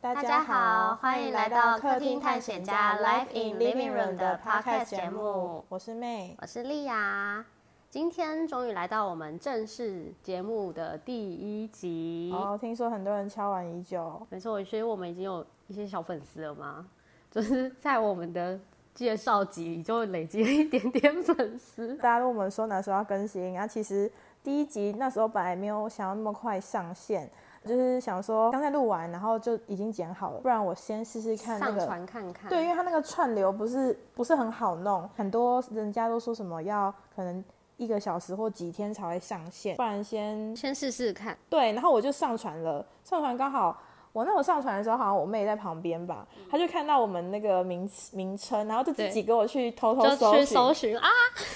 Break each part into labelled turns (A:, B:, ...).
A: 大
B: 大家好，欢迎来到客厅探险家 Life in Living Room 的 Podcast 节目，
A: 我是妹。
B: 我是丽雅。今天终于来到我们正式节目的第一集。
A: 哦，听说很多人敲完已久，
B: 没错，所以我们已经有一些小粉丝了嘛，就是在我们的介绍集里就累积了一点点粉丝。
A: 大家问我们说哪时候要更新，啊，其实第一集那时候本来没有想要那么快上线，就是想说刚才录完，然后就已经剪好了，不然我先试试看那
B: 上
A: 个
B: 传看看，
A: 对，因为它那个串流不是不是很好弄，很多人家都说什么要可能一个小时或几天才会上线，不然先
B: 先试试看。
A: 对，然后我就上传了，上传刚好我那我上传的时候，好像我妹在旁边吧，她就看到我们那个名名称，然后就自
B: 嗯对
A: 己给我去偷偷
B: 就去
A: 搜寻，
B: 搜寻啊，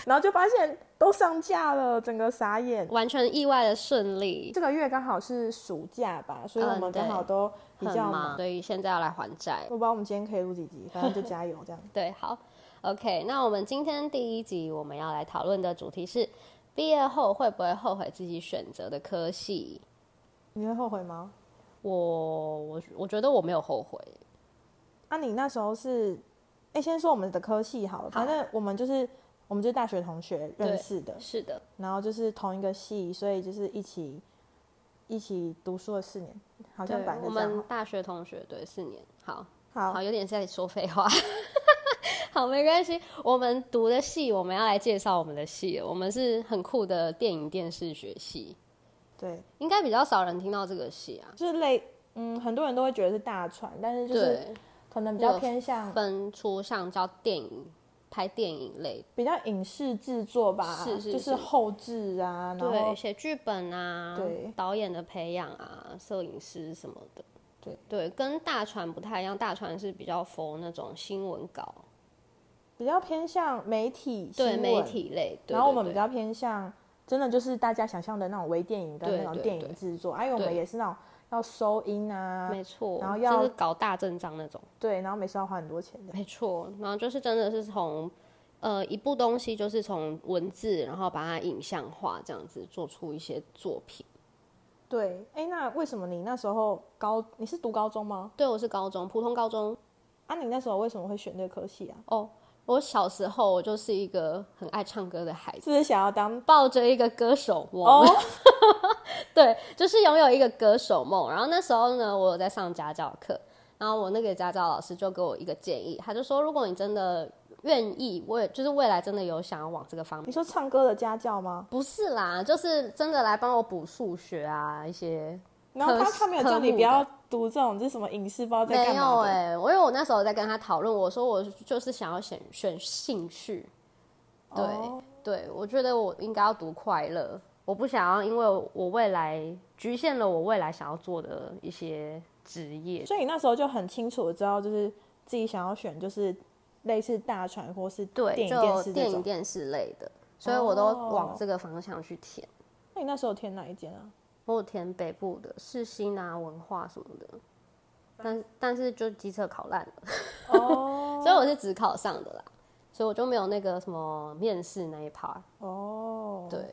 A: 然后就发现都上架了，整个傻眼。
B: 完全意外的顺利，
A: 这个月刚好是暑假吧，所以我
B: 嗯
A: 们刚
B: 对
A: 好都比
B: 很
A: 较
B: 忙，
A: 忙。
B: 所以现在要来还债。
A: 我不知道我们今天可以录几集，反正 就加油这样。
B: 对，好，OK。那我们今天第一集我们要来讨论的主题是：毕业后会不会后悔自己选择的科系？
A: 你会后悔吗？
B: 我我我觉得我没有后悔，
A: 啊，你那时候是，哎、先说我们的科系好了，反正我们就是我们就是大学同学认识的，
B: 是的，
A: 然后就是同一个系，所以就是一起一起读书了四年，好像
B: 对
A: 本来，
B: 我
A: 就这样
B: 们
A: 哦。
B: 大学同学，对，四年，好，
A: 好，
B: 有点在说废话。 好，没关系。我们读的系，我们要来介绍我们的系了。我们是很酷的电影电视学系，
A: 对，
B: 应该比较少人听到这个系啊。
A: 就是类，嗯，很多人都会觉得是大传，但是就是
B: 对，
A: 可能比较
B: 有
A: 偏向
B: 分出像叫电影、拍电影类，
A: 比较影视制作吧，
B: 是是
A: 就是
B: 是
A: 后置啊，然
B: 对，
A: 后
B: 写剧本啊，
A: 对
B: 导演的培养啊，摄影师什么的。
A: 对
B: 对，跟大船不太一样，大船是比较 for 那种新闻稿，
A: 比较偏向媒体新
B: 对
A: 闻，
B: 媒体类。对
A: 然后我
B: 对
A: 们
B: 对
A: 比较偏向，真的就是大家想象的那种微电影跟
B: 对
A: 那种
B: 对
A: 电
B: 对
A: 影制作，还有我们
B: 对
A: 也是那种要收音啊，
B: 没错，
A: 然后
B: 就
A: 要
B: 是搞大阵仗那种，
A: 对，然后每次要花很多钱的。
B: 没错。然后就是真的是从呃一部东西，就是从文字，然后把它影像化，这样子做出一些作品。
A: 对，哎，那为什么你那时候高你是读高中吗？
B: 对，我是高中普通高中
A: 啊，你那时候为什么会选这科系啊？
B: 哦。我小时候我就是一个很爱唱歌的孩子，
A: 是不是想要当？
B: 抱着一个歌手梦，
A: 哦，
B: 对，就是拥有一个歌手梦。然后那时候呢，我有在上家教课，然后我那个家教老师就给我一个建议，他就说，如果你真的愿意，未就是未来真的有想要往这个方面。
A: 你说唱歌的家教吗？
B: 不是啦，就是真的来帮我补数学啊一些。
A: 然后
B: 科
A: 他他没有
B: 科
A: 叫你
B: 目
A: 不
B: 的
A: 要读这种，这是什么影视，不知道哦在
B: 没
A: 干嘛
B: 有
A: 的。
B: 哎、我因为我那时候在跟他讨论，我说我就是想要选选兴趣，对、
A: 哦
B: 对，我觉得我应该要读快乐，我不想要因为我未来局限了我未来想要做的一些职业。
A: 所以你那时候就很清楚的知道，就是自己想要选就是类似大传或是
B: 对，
A: 电
B: 就
A: 影电视这
B: 电影
A: 种。
B: 电视类的，所以我都往
A: 哦
B: 这个方向去填。
A: 那你那时候填哪一间啊？
B: 我有填北部的世新啊、文化什么的，但但是就机测考烂了，
A: 哦
B: 所以我是只考上的啦，所以我就没有那个什么面试那一 part。
A: 哦，
B: 对，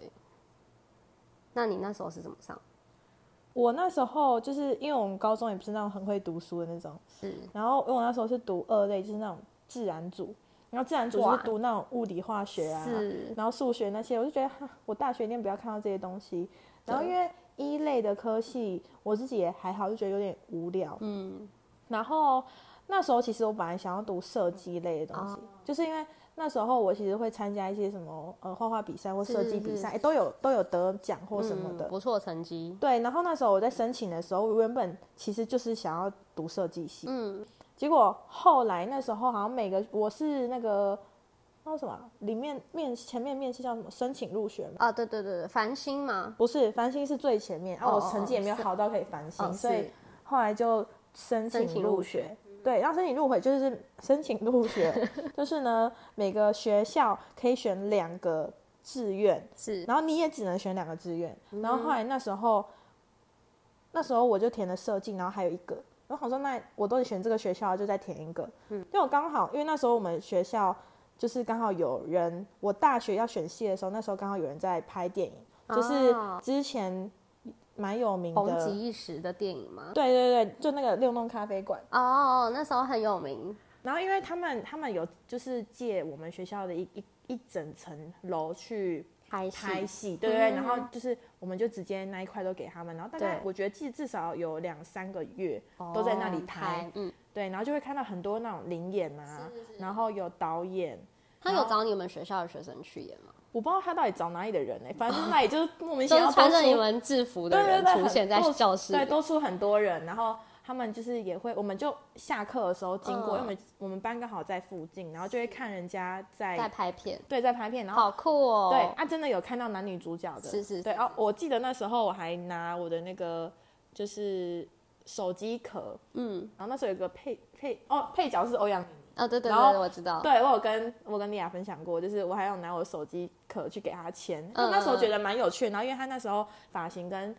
B: 那你那时候是怎么上？
A: 我那时候就是因为我们高中也不是那种很会读书的那种，
B: 是
A: 然后因为我那时候是读二类，就是那种自然组，然后自然组就
B: 哇
A: 是读那种物理、化学啊，
B: 是
A: 然后数学那些，我就觉得哈，我大学一定不要看到这些东西。然后因为一类的科系，我自己也还好，就觉得有点无聊。嗯，然后那时候其实我本来想要读设计类的东
B: 哦
A: 西，就是因为那时候我其实会参加一些什么呃画画比赛或设计比
B: 是
A: 赛，
B: 是
A: 诶都有都有得奖或什么的。
B: 嗯、不错成绩，
A: 对，然后那时候我在申请的时候，我原本其实就是想要读设计系，
B: 嗯，
A: 结果后来那时候好像每个我是那个那叫什么啊里面面前面面试叫什么申请入学嘛，
B: 啊，对对对对，繁星嘛，
A: 不是繁星是最前面啊，
B: 哦
A: 我成绩也没有好到可以繁星，
B: 哦
A: 所以
B: 是
A: 后来就申
B: 申
A: 请
B: 请
A: 入
B: 入
A: 学。
B: 学
A: 对，然后申请入学就是申请入 学，就是呢，每个学校可以选两个志愿，
B: 是
A: 然后你也只能选两个志愿。然后
B: 嗯
A: 后来那时候，那时候我就填了设计，然后还有一个。然后我说那我都选这个学校，就再填一个。嗯，因为我刚好，因为那时候我们学校就是刚好有人，我大学要选系的时候，那时候刚好有人在拍电影，就是
B: 哦
A: 之前蛮有名
B: 红
A: 的，
B: 极一时的电影吗？
A: 对对对，就那个六弄咖啡馆。
B: 哦，那时候很有名，
A: 然后因为他们他们有就是借我们学校的一一一整层楼去
B: 拍戏
A: 拍戏，对不对？
B: 嗯
A: 然后就是我们就直接那一块都给他们，然后大概
B: 对
A: 我觉得至至少有两三个月都在那里
B: 哦
A: 拍，，
B: 嗯，
A: 对，然后就会看到很多那种灵演啊，然后有导演，
B: 他有
A: 然后
B: 找你们学校的学生去演吗？
A: 我不知道他到底找哪里的人哎、反正 那里就是莫名其
B: 就
A: 妙
B: 是穿
A: 多
B: 着
A: 出
B: 你们制服的
A: 对对
B: 人
A: 对，
B: 出
A: 很
B: 现在
A: 多
B: 教室
A: 对，
B: 里，
A: 多出很多人，然后他们就是也会，我们就下课的时候经过，因
B: 嗯
A: 为我们我们班刚好在附近，然后就会看人家在
B: 在拍片，
A: 对在拍片，然后。
B: 好酷哦！
A: 对，啊，真的有看到男女主角的，
B: 是是是
A: 对哦，我记得那时候我还拿我的那个就是手机壳，
B: 嗯，
A: 然后那时候有个配配哦配角是欧阳妮妮，
B: 啊，对对
A: 然后
B: 对，我知道，
A: 对我有跟我跟莉亚分享过，就是我还有拿我手机壳去给他签，
B: 嗯
A: 那时候觉得蛮有趣的。然后因为他那时候发型跟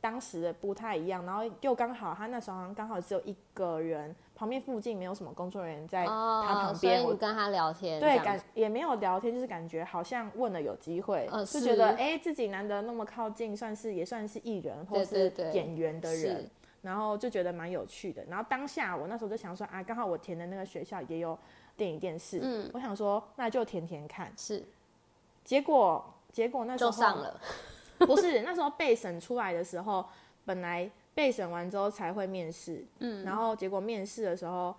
A: 当时的不太一样，然后又刚好他那时候好像刚好只有一个人，旁边附近没有什么工作人员在
B: 哦，
A: 他旁
B: 所以
A: 边，
B: 你
A: 我
B: 跟他聊天，
A: 对
B: 这样
A: 感
B: 子
A: 也没有聊天，就是感觉好像问了有机会，
B: 嗯
A: 就是觉得哎、诶自己难得那么靠近，算是也算是艺人或
B: 对
A: 是
B: 对对
A: 演员的人。
B: 是
A: 然后就觉得蛮有趣的，然后当下我那时候就想说啊，刚好我填的那个学校也有电影电视，
B: 嗯，
A: 我想说那就填填看，
B: 是
A: 结果结果那时候
B: 就上，了，
A: 不是那时候备审出来的时候，本来备审完之后才会面试，嗯，然后结果面试的时候，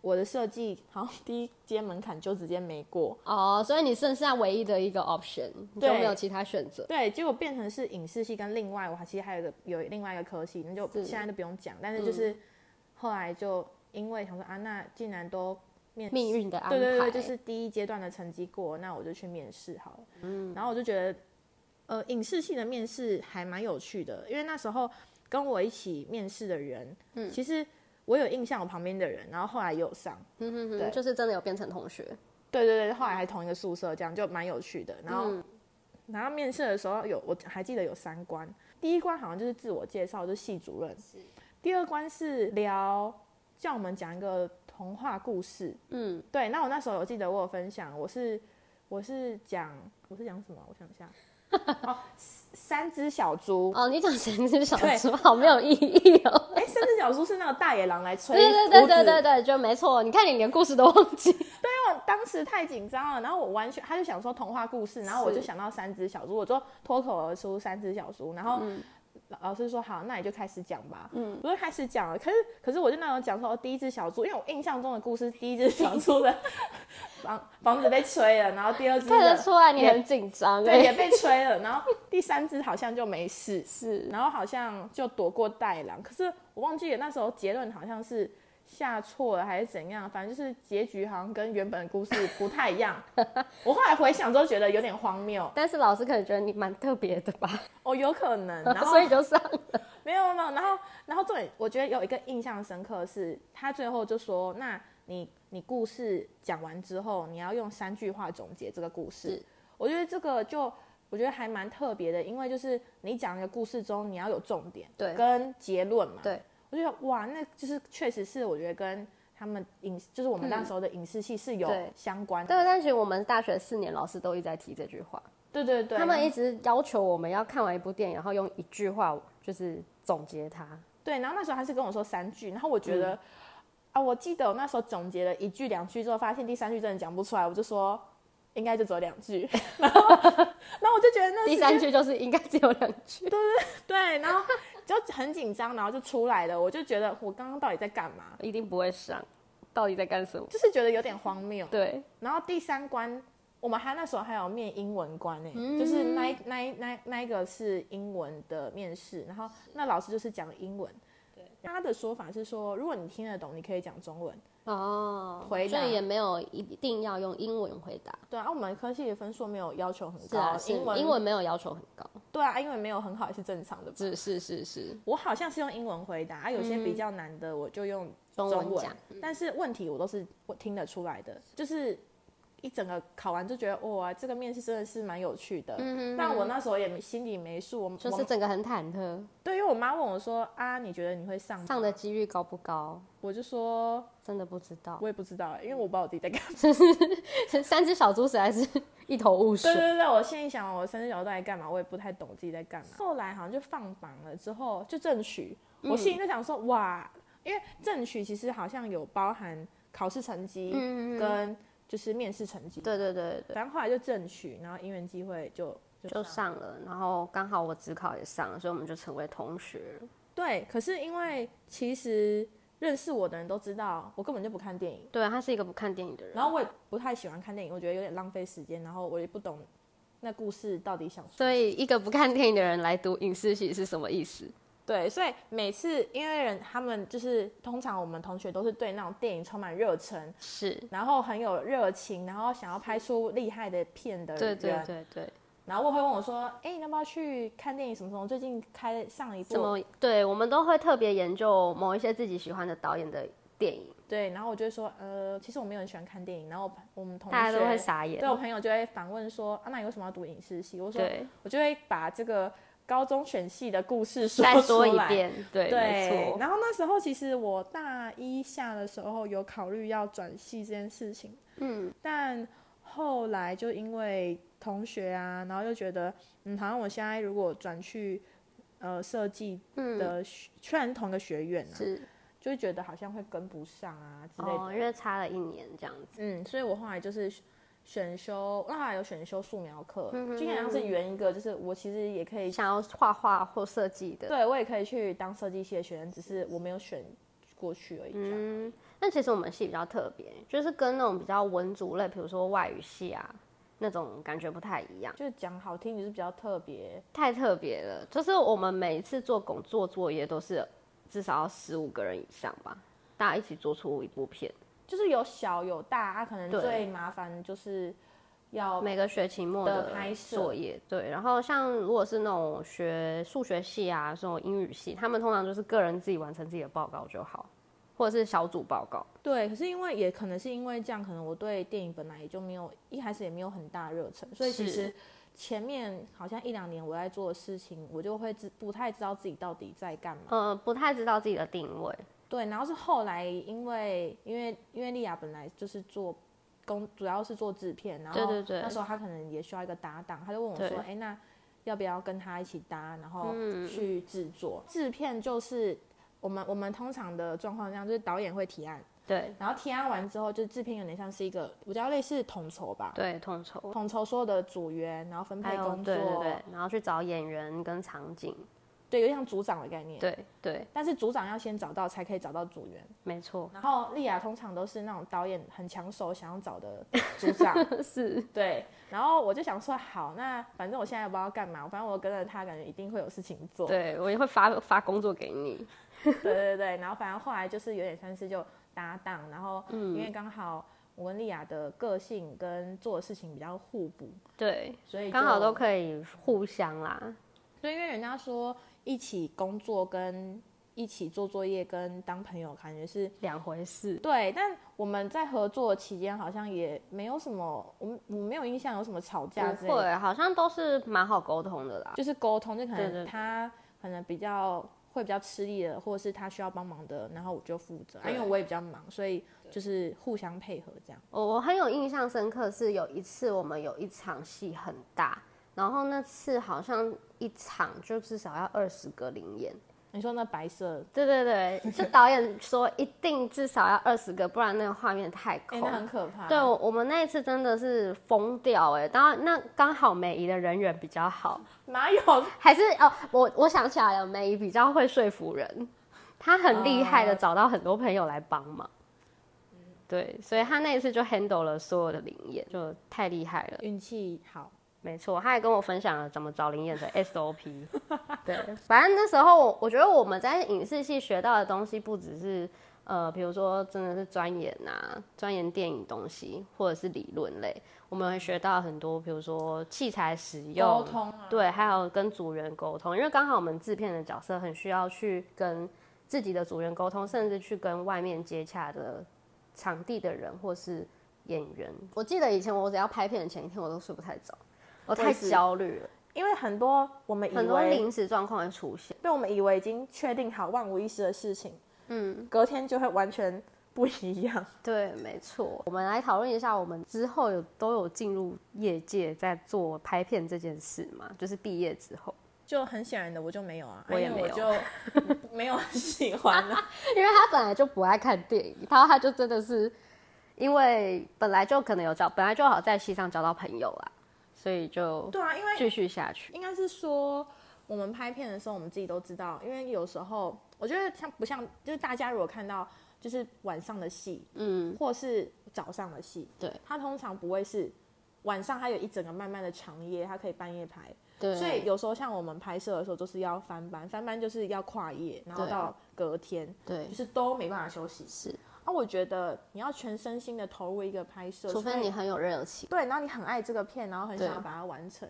A: 我的设计好像 第一阶门槛就直接没过，
B: 哦，所以你剩下唯一的一个 option，你就
A: 对
B: 没有其他选择，
A: 对，结果变成是影视系跟另外我还其实还有一个有另外一个科系，那就是嗯现在就不用讲，但是就是后来就因为想说啊，那既然都面
B: 命运的安排，
A: 对对对，就是第一阶段的成绩过，那我就去面试好了。嗯，然后我就觉得，呃，影视系的面试还蛮有趣的，因为那时候跟我一起面试的人，嗯，其实我有印象我旁边的人，然后后来也有上，
B: 嗯哼哼，
A: 对
B: 就是真的有变成同学，
A: 对对对，后来还同一个宿舍，这样就蛮有趣的。然
B: 嗯
A: 后，然后面试的时候有，我还记得有三关，第一关好像就是自我介绍，就是系主任；第二关是聊叫我们讲一个童话故事，
B: 嗯，
A: 对，那我那时候有记得我有分享，我是我是讲我是讲什么？我想一下，哦，三三只小猪，
B: 哦，你讲神之小
A: 对
B: 猪好没有意 义哦，
A: 哎、三只小猪是那个大野狼来吹
B: 对对对
A: 胡子
B: 对对对，就没错，你看你连故事都忘 记，
A: 因为我当时太紧张了，然后我完全他就想说童话故事，然后我就想到三只小猪，我就脱口而出三只小猪，然后。老师说好，那你就开始讲吧。嗯，我就开始讲了。可是，可是我就那种讲说，哦第一只小猪，因为我印象中的故事，第一只小猪的房 房子被吹了，然后第二 只
B: 看
A: 的
B: 得出来你很紧张，
A: 对，也
B: 哎，
A: 被吹了。然后第三只好像就没事，
B: 是
A: 然后好像就躲过袋狼。可是我忘记了那时候结论好像是下错了还是怎样，反正就是结局好像跟原本的故事不太一 样。我后来回想之后觉得有点荒谬，
B: 但是老师可能觉得你蛮特别的吧，
A: 哦，有可 能。然后
B: 所以就上了。
A: 没有没有，然后然后重点，我觉得有一个印象深刻的是，他最后就说：“那你你故事讲完之后，你要用三句话总结这个故事
B: 是。”
A: 我觉得这个就我觉得还蛮特别的，因为就是你讲一个故事中，你要有重点，
B: 对
A: 跟结论嘛，
B: 对。
A: 我就觉得哇，那就是确实是我觉得跟他们影，就是我们那时候的影视系是有
B: 对
A: 相关
B: 对，
A: 的，
B: 但是我们大学四年老师都一直在提这句话，
A: 对对对，
B: 他们一直要求我们要看完一部电影，然后用一句话就是总结 它。
A: 对，然后那时候他是跟我说三句，然后我觉得、
B: 嗯
A: 啊，我记得我那时候总结了一句两句之后，发现第三句真的讲不出来，我就说应该就只有两句， 然后然后我就觉得那
B: 第
A: 时
B: 三
A: 间
B: 句就是应该只有两句，
A: 对，然后就很紧张，然后就出来了，我就觉得我刚刚到底在干嘛，
B: 一定不会上，到底在干什么？
A: 就是觉得有点荒谬。
B: 对，
A: 然后第三关，我们还那时候还有面英文关呢、
B: 嗯
A: 就是那一那一那一那一个是英文的面试，然后那老师就是讲英文。他的说法是说，如果你听得懂，你可以讲中文。
B: 哦，
A: 回
B: 所
A: 答
B: 以也没有一定要用英文回答，
A: 对啊，我们科系的分数没有要求很
B: 是
A: 高，
B: 啊，是
A: 英文
B: 英文没有要求很高，
A: 对啊，英文没有很好也是正常的吧。
B: 是是是是，
A: 我好像是用英文回答，啊，有些比较难的我就用
B: 中
A: 文，嗯
B: 文讲，
A: 但是问题我都是我听得出来的，就是一整个考完就觉得哇，这个面试真的是蛮有趣的。
B: 嗯
A: 但我那时候也没心里没数，我
B: 就
A: 我
B: 是整个很忐忑，
A: 对，因为我妈问我说啊，你觉得你会上吗
B: 上的？几率高不高？
A: 我就说
B: 真的不知道，
A: 欸 我也不知道、因为我不知道我自己在干嘛。
B: 三只小猪实在是一头雾
A: 对
B: 水。
A: 对对，我心里想我生日小到底干嘛，我也不太懂自己在干嘛。后来好像就放榜了之后就正取，我嗯心里就想说、哇，因为正取其实好像有包含考试成绩
B: 嗯嗯嗯
A: 跟就是面试成绩，
B: 对对对对
A: 反正后来就正取，然后因缘机会就
B: 对，就上了，然后刚好我职考也上了，所以我们就成为同学。
A: 对，可是因为其实认识我的人都知道，我根本就不看电影，
B: 对啊他是一个不看电影的人，
A: 然后我也不太喜欢看电影，我觉得有点浪费时间，然后我也不懂那故事到底想说。
B: 所以一个不看电影的人来读影视系是什么意思？
A: 对，所以每次因为人他们就是通常我们同学都是对那种电影充满热忱，
B: 是，
A: 然后很有热情，然后想要拍出厉害的片的人。
B: 对对对对，
A: 然后我会问我说：“哎、你要不要去看电影？什么什么？最近开上一
B: 怎
A: 部
B: 么对我们都会特别研究某一些自己喜欢的导演的电影，？”
A: 对，然后我就会说：“呃，其实我没有很喜欢看电影。”然后我我们同学
B: 大家都会傻眼
A: 对。我朋友就会反问说：“啊，那你为什么要读影视系？”我说
B: 对，：“
A: 我就会把这个高中选系的故事说
B: 再
A: 出
B: 说一
A: 来。”
B: 遍，对，没
A: 对，
B: 错，
A: 然后那时候其实我大一下的时候有考虑要转系这件事情，
B: 嗯，
A: 但后来就因为同学啊，然后又觉得，嗯，好像我现在如果转去呃设计的学，虽然同个学院啊，
B: 嗯是
A: 就会觉得好像会跟不上啊之类的。
B: 哦，因为差了一年这样子，
A: 嗯，所以我后来就是选修，那后来有选修素描课，
B: 嗯哼
A: 就好像是圆一个，就是我其实也可以
B: 想要画画或设计的，
A: 对我也可以去当设计系的学生，只是我没有选过去而已。这样。
B: 嗯，那其实我们系比较特别，就是跟那种比较文组类，比如说外语系啊那种感觉不太一样，
A: 就是讲好听，就是比较特别。
B: 太特别了。就是我们每一次做工作作业都是至少要十五个人以上吧，大家一起做出一部片，
A: 就是有小有大，啊、可能
B: 对
A: 最麻烦就是要
B: 每个学期末
A: 的
B: 的
A: 拍摄
B: 作业。对，然后像如果是那种学数学系啊，这种英语系，他们通常就是个人自己完成自己的报告就好，或者是小组报告。
A: 对，可是因为也可能是因为这样，可能我对电影本来也就没有一开始也没有很大热忱，所以其
B: 是
A: 实前面好像一两年我在做的事情，我就会知不太知道自己到底在干嘛。
B: 呃，不太知道自己的定位。
A: 对，然后是后来因为因为因为莉亚本来就是做工，主要是做制片，然后
B: 对对对
A: 那时候她可能也需要一个搭档，她就问我
B: 对嗯
A: 说：“哎，那要不要跟她一起搭，然后去制作？”制片就是我们我们通常的状况是这样，就是导演会提案，
B: 对
A: 然后提案完之后，就是制片有点像是一个我叫类似统筹吧，
B: 对，统筹。
A: 统筹所有的组员，然后分
B: 还
A: 配
B: 有
A: 工作，
B: 对对对，然后去找演员跟场景，
A: 对有点像组长的概念。
B: 对对，
A: 但是组长要先找到，才可以找到组员。
B: 没错，
A: 然后丽雅通常都是那种导演很抢手想要找的组长，
B: 是
A: 对。然后我就想说，好，那反正我现在也不知道干嘛，反正我跟着他，感觉一定会有事情做。
B: 对我也会发发工作给你，
A: 对对对。然后反正后来就是有点像是就搭档，然后
B: 嗯
A: 因为刚好我跟丽雅的个性跟做的事情比较互补，
B: 对，
A: 所以
B: 刚好都
A: 以。
B: 可以互相啦，
A: 对，因为人家说一起工作跟一起做作业跟当朋友，感觉是
B: 两回事。
A: 对，但我们在合作期间好像也没有什么，我们我没有印象有什么吵架之类
B: 不
A: 的，
B: 会，好像都是蛮好沟通的啦。
A: 就是沟通，就可
B: 对
A: 能
B: 对对
A: 他可能比较会比较吃力的，或者是他需要帮忙的，然后我就负责，啊
B: 对
A: 因为我也比较忙，所以就是互相配合这样。
B: 我我很有印象深刻，是有一次我们有一场戏很大，然后那次好像一场就至少要二十个零演。
A: 你说那白色，
B: 对对 对，就导演说一定至少要二十个，不然那个画面 太
A: 哎、
B: 空。
A: 那很可怕。
B: 对，我我们那一次真的是疯掉哎、欸，当然那刚好美仪的人缘比较好，
A: 哪有？
B: 还是哦，我我想起来了，美仪比较会说服人，她很厉害的
A: 哦
B: 找到很多朋友来帮忙，对，所以她那一次就 handle 了所有的灵验，就太厉害了。
A: 运气好，
B: 没错，她还跟我分享了怎么找灵验的 SOP。对， 反正那时候我我觉得我们在影视系学到的东西不只是。呃，比如说真的是钻研啊，钻研电影东西，或者是理论类，我们会学到很多，比如说器材使
A: 沟
B: 用，
A: 通啊，
B: 对，还有跟组员沟通，因为刚好我们制片的角色很需要去跟自己的组员沟通，甚至去跟外面接洽的场地的人或是演员。我记得以前我只要拍片的前一天，我都睡不太着，我
A: 我
B: 太
A: 也是
B: 焦虑了，
A: 因为很多我们以
B: 很多
A: 为
B: 临时状况会出现。
A: 被我们以为已经确定好万无一失的事情，嗯，隔天就会完全。不一样。
B: 对，没错。我们来讨论一下，我们之后有都有进入业界在做拍片这件事嘛？就是毕业之后，
A: 就很显然的，我就没有啊，
B: 我也
A: 因为
B: 没有
A: 我 就没有很喜欢啊。
B: 因为他本来就不爱看电影，然后他就真的是因为本来就可能有交，本来就好在戏上交到朋友啦，所以就
A: 对啊，因为
B: 继续下去。
A: 应该是说，我们拍片的时候，我们自己都知道，因为有时候我觉得像不像，就是大家如果看到就是晚上的戏，
B: 嗯，
A: 或是早上的戏，
B: 对，
A: 它通常不会是晚上，它有一整个漫漫的长夜，它可以半夜拍，
B: 对，
A: 所以有时候像我们拍摄的时候，就是要翻班，翻班就是要跨夜，然后
B: 对啊
A: 到隔天，
B: 对
A: 就是都没办法休息。
B: 是，
A: 啊，我觉得你要全身心的投入一个拍摄，
B: 除非
A: 所以
B: 你很有热情。
A: 对，然后你很爱这个片，然后很想要
B: 对
A: 把它完成。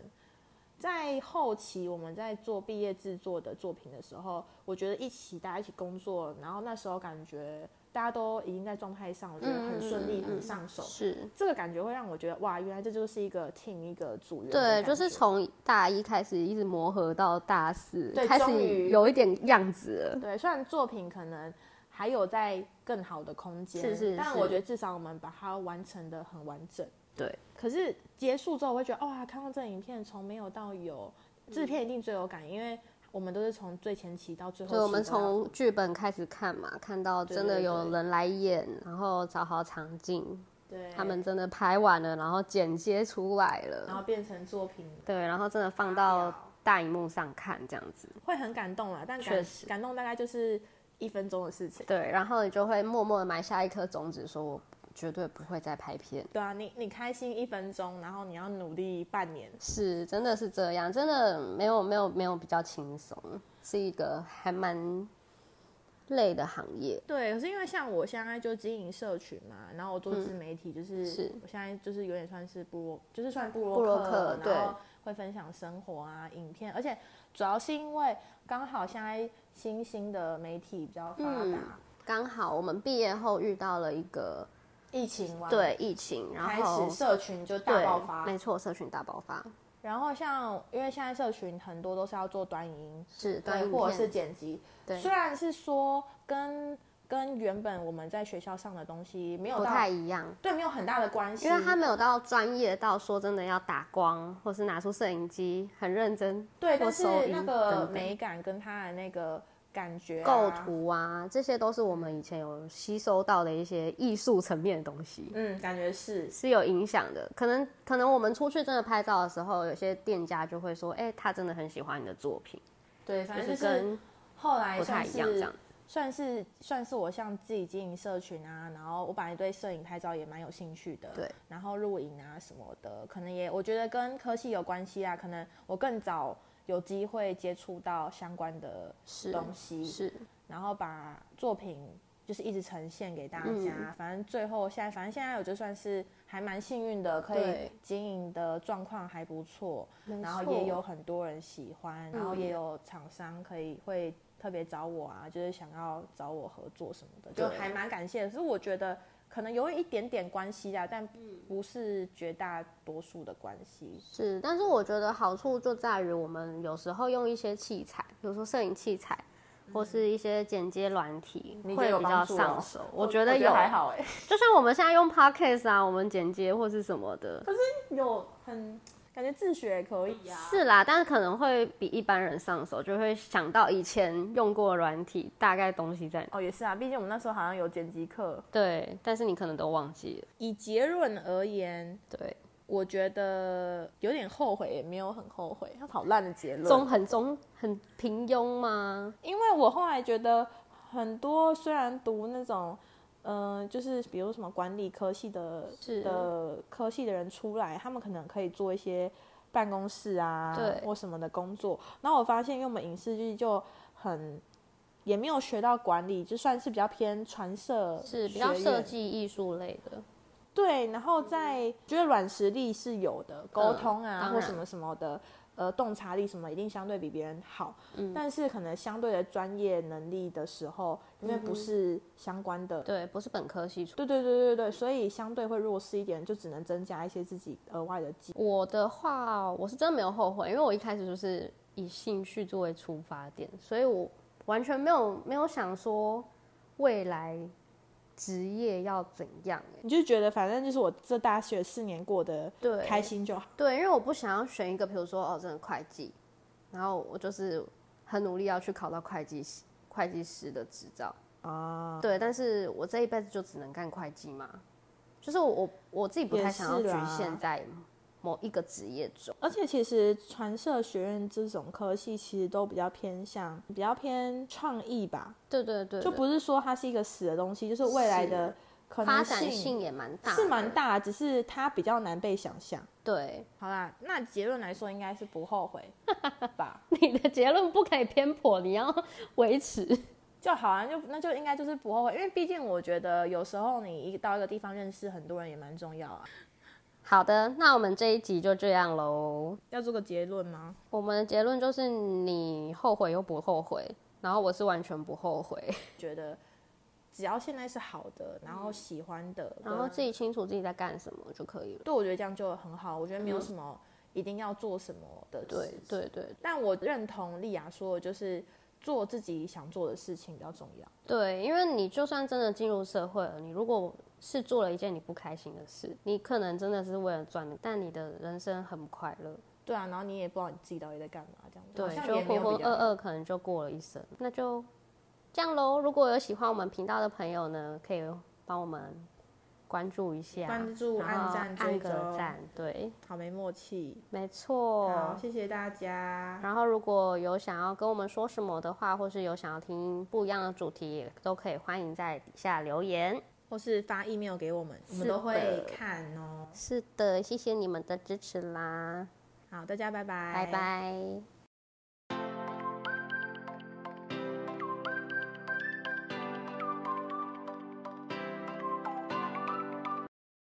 A: 在后期我们在做毕业制作的作品的时候，我觉得一起大家一起工作，然后那时候感觉大家都已经在状态上，我觉得很顺利，
B: 嗯嗯嗯
A: 很上手。
B: 是，
A: 这个感觉会让我觉得哇，原来这就是一个 team 一个组员的
B: 对，
A: 感觉。
B: 就是从大一开始一直磨合到大四，
A: 对
B: 开
A: 终
B: 始
A: 于
B: 有一点样子了。
A: 对，虽然作品可能还有在更好的空间，
B: 是是
A: 但
B: 是
A: 我觉得至少我们把它完成的很完整。
B: 对，
A: 可是结束之后，我会觉得哇，看到这影片从没有到有，制片一定最有感，因因为我们都是从最前期到最后期
B: 所
A: 都
B: 以
A: 要，
B: 我们从剧本开始看嘛，看到真的
A: 对对
B: 有
A: 对
B: 人来演，然后找好场景，
A: 对
B: 他们真的拍完了，然后剪接出来
A: 然后
B: 了，
A: 变成作品，
B: 对，然后真的放
A: 发
B: 到
A: 表
B: 大荧幕上看这样子，
A: 会很感动啦。但
B: 确
A: 感
B: 实
A: 感动大概就是一分钟的事情。
B: 对，然后你就会默默的埋下一颗种子，说我绝对不会再拍片。
A: 对啊，你你开心一分钟，然后你要努力半年。
B: 是，真的是这样，真的没有没有没有比较轻松，是一个还蛮累的行业。
A: 对，可是因为像我现在就经营社群嘛，然后我做
B: 嗯
A: 自媒体，就是、
B: 是
A: 我现在就是有点算是部落，就是算部
B: 部
A: 落
B: 落
A: 客，
B: 客对
A: 然后会分享生活啊、影片，而且主要是因为刚好现在新兴的媒体比较发达，
B: 嗯刚好我们毕业后遇到了一个
A: 疫情完
B: 对疫情，然
A: 嗯开
B: 后
A: 始社群就大
B: 对
A: 爆发，
B: 没错，社群大爆发
A: 然后像因为现在社群很多都是要做短影音，
B: 是
A: 对，
B: 短
A: 或
B: 影
A: 者是
B: 片，
A: 剪辑。
B: 对
A: 虽然是说跟跟原本我们在学校上的东西没有
B: 不
A: 到
B: 太一样。
A: 对没有很大的关系，
B: 因为他没有到专业到说真的要打光，或是拿出摄影机很认真，
A: 对，
B: 或
A: 但是
B: 收音
A: 那
B: 等
A: 个
B: 等
A: 美感啊跟它的那个感觉、啊、
B: 构，图啊，这些都是我们以前有吸收到的一些艺术层面的东西，
A: 嗯，感觉是
B: 是有影响的。可能可能我们出去真的拍照的时候，有些店家就会说，哎、他真的很喜欢你的作品，
A: 对，反
B: 就
A: 正
B: 是
A: 就是
B: 跟
A: 后来
B: 不太
A: 算
B: 一样这
A: 是
B: 样。
A: 算是算是我像自己经营社群啊，然后我本来对摄影拍照也蛮有兴趣的，
B: 对，
A: 然后录影啊什么的，可能也我觉得跟科系有关系啊，可能我更早有机会接触到相关的
B: 是
A: 东西，
B: 是
A: 然后把作品就是一直呈现给大家。
B: 嗯
A: 反正最后现在，反正现在我就算是还蛮幸运的，可以
B: 对
A: 经营的状况还不错，
B: 没
A: 然后
B: 错
A: 也有很多人喜欢，然后
B: 嗯
A: 也有厂商可以会特别找我啊，就是想要找我合作什么的，
B: 对
A: 就还蛮感谢的。可是我觉得。可能有一点点关系啊，但
B: 嗯
A: 不是绝大多数的关系。
B: 是，但是我觉得好处就在于我们有时候用一些器材，比如说摄影器材。或是一些剪接软体
A: 嗯你觉
B: 会
A: 得有
B: 比较
A: 帮助哦
B: 上手，我觉得欸有，
A: 还 好哎、
B: 就像我们现在用 podcast 啊，我们剪接或是什么的，
A: 有很感觉自学也可以啊。
B: 是啦，但是可能会比一般人上手，就会想到以前用过的软体，大概东西在哪。
A: 哦，也是啊，毕竟我们那时候好像有剪辑课。
B: 对，但是你可能都忘记了。
A: 以结论而言，
B: 对，
A: 我觉得有点后悔，也没有很后悔。好烂的结
B: 中
A: 论，
B: 很中很平庸吗？
A: 因为我后来觉得很多虽然读那种。嗯、就是比如什么管理科系的
B: 是
A: 的科系的人出来，他们可能可以做一些办公室啊，
B: 对
A: 或什么的工作。然后我发现，因为我们影视剧就很也没有学到管理，就算是比较偏传社学
B: 是
A: 院，
B: 比较设计艺术类的。
A: 对，然后在觉得软实力是有的，沟通啊、
B: 嗯当
A: 或
B: 然
A: 什么什么的，呃，洞察力什么一定相对比别人好，
B: 嗯
A: 但是可能相对的专业能力的时候，因为
B: 嗯
A: 不是相关的，
B: 对，不是本科系出。
A: 对对对对对，所以相对会弱势一点，就只能增加一些自己额外的技。
B: 我的话，我是真的没有后悔，因为我一开始就是以兴趣作为出发点，所以我完全没有没有想说未来职业要怎样、欸。
A: 你就觉得反正就是我这大学四年过得
B: 对
A: 开心就好。
B: 对，因为我不想要选一个，比如说哦，真的会计，然后我就是很努力要去考到会计师会计师的执照啊。对，但是我这一辈子就只能干会计嘛，就是我我我自己不
A: 也
B: 太想要
A: 是
B: 局
A: 啦
B: 限在某一个职业中。
A: 而且其实传社学院这种科系其实都比较偏向比较偏创意吧，
B: 对对对
A: 就
B: 对
A: 不是说它是一个死的东西，就是未来的可
B: 发
A: 能
B: 展
A: 性啊
B: 性也蛮大的，
A: 是蛮大的，只是它比较难被想象。
B: 对。
A: 好啦，那结论来说应该是不后悔吧，
B: 你的结论不可以偏颇，你要 维持。
A: 就好啊，就那就应该就是不后悔，因为毕竟我觉得有时候你一到一个地方认识很多人也蛮重要啊。
B: 好的，那我们这一集就这样喽。
A: 要做个结论吗？
B: 我们的结论就是你后悔又不后悔，然后我是完全不后悔，
A: 觉得只要现在是好的，然后喜欢的，
B: 然后
A: 跟
B: 自己清楚自己在干什么就可以了。
A: 对，我觉得这样就很好。我觉得没有什么一定要做什么的
B: 对
A: 事。
B: 对对
A: 但我认同丽雅说的，就是做自己想做的事情比较重要。
B: 对，因为你就算真的进入社会了，你如果是做了一件你不开心的事，你可能真的是为了赚，但你的人生很不快乐，
A: 对啊，然后你也不知道你自己到底在干嘛，这样子好
B: 对，
A: 像
B: 就
A: 也没
B: 浑
A: 有
B: 浑
A: 比
B: 噩
A: 较。
B: 噩，可能就过了一生。那就这样喽。如果有喜欢我们频道的朋友呢，可以帮我们关注一下，
A: 关注
B: 然后
A: 按赞
B: 按
A: 追
B: 个
A: 踪
B: 赞，哦对，
A: 好没默契。
B: 没错。
A: 好，谢谢大家。
B: 然后如果有想要跟我们说什么的话，或是有想要听不一样的主题，也都可以欢迎在底下留言。
A: 或是发 email 给我们，我们
B: 是
A: 都会
B: 的
A: 看哦。
B: 是的，谢谢你们的支持啦，
A: 好，大家拜拜，
B: 拜拜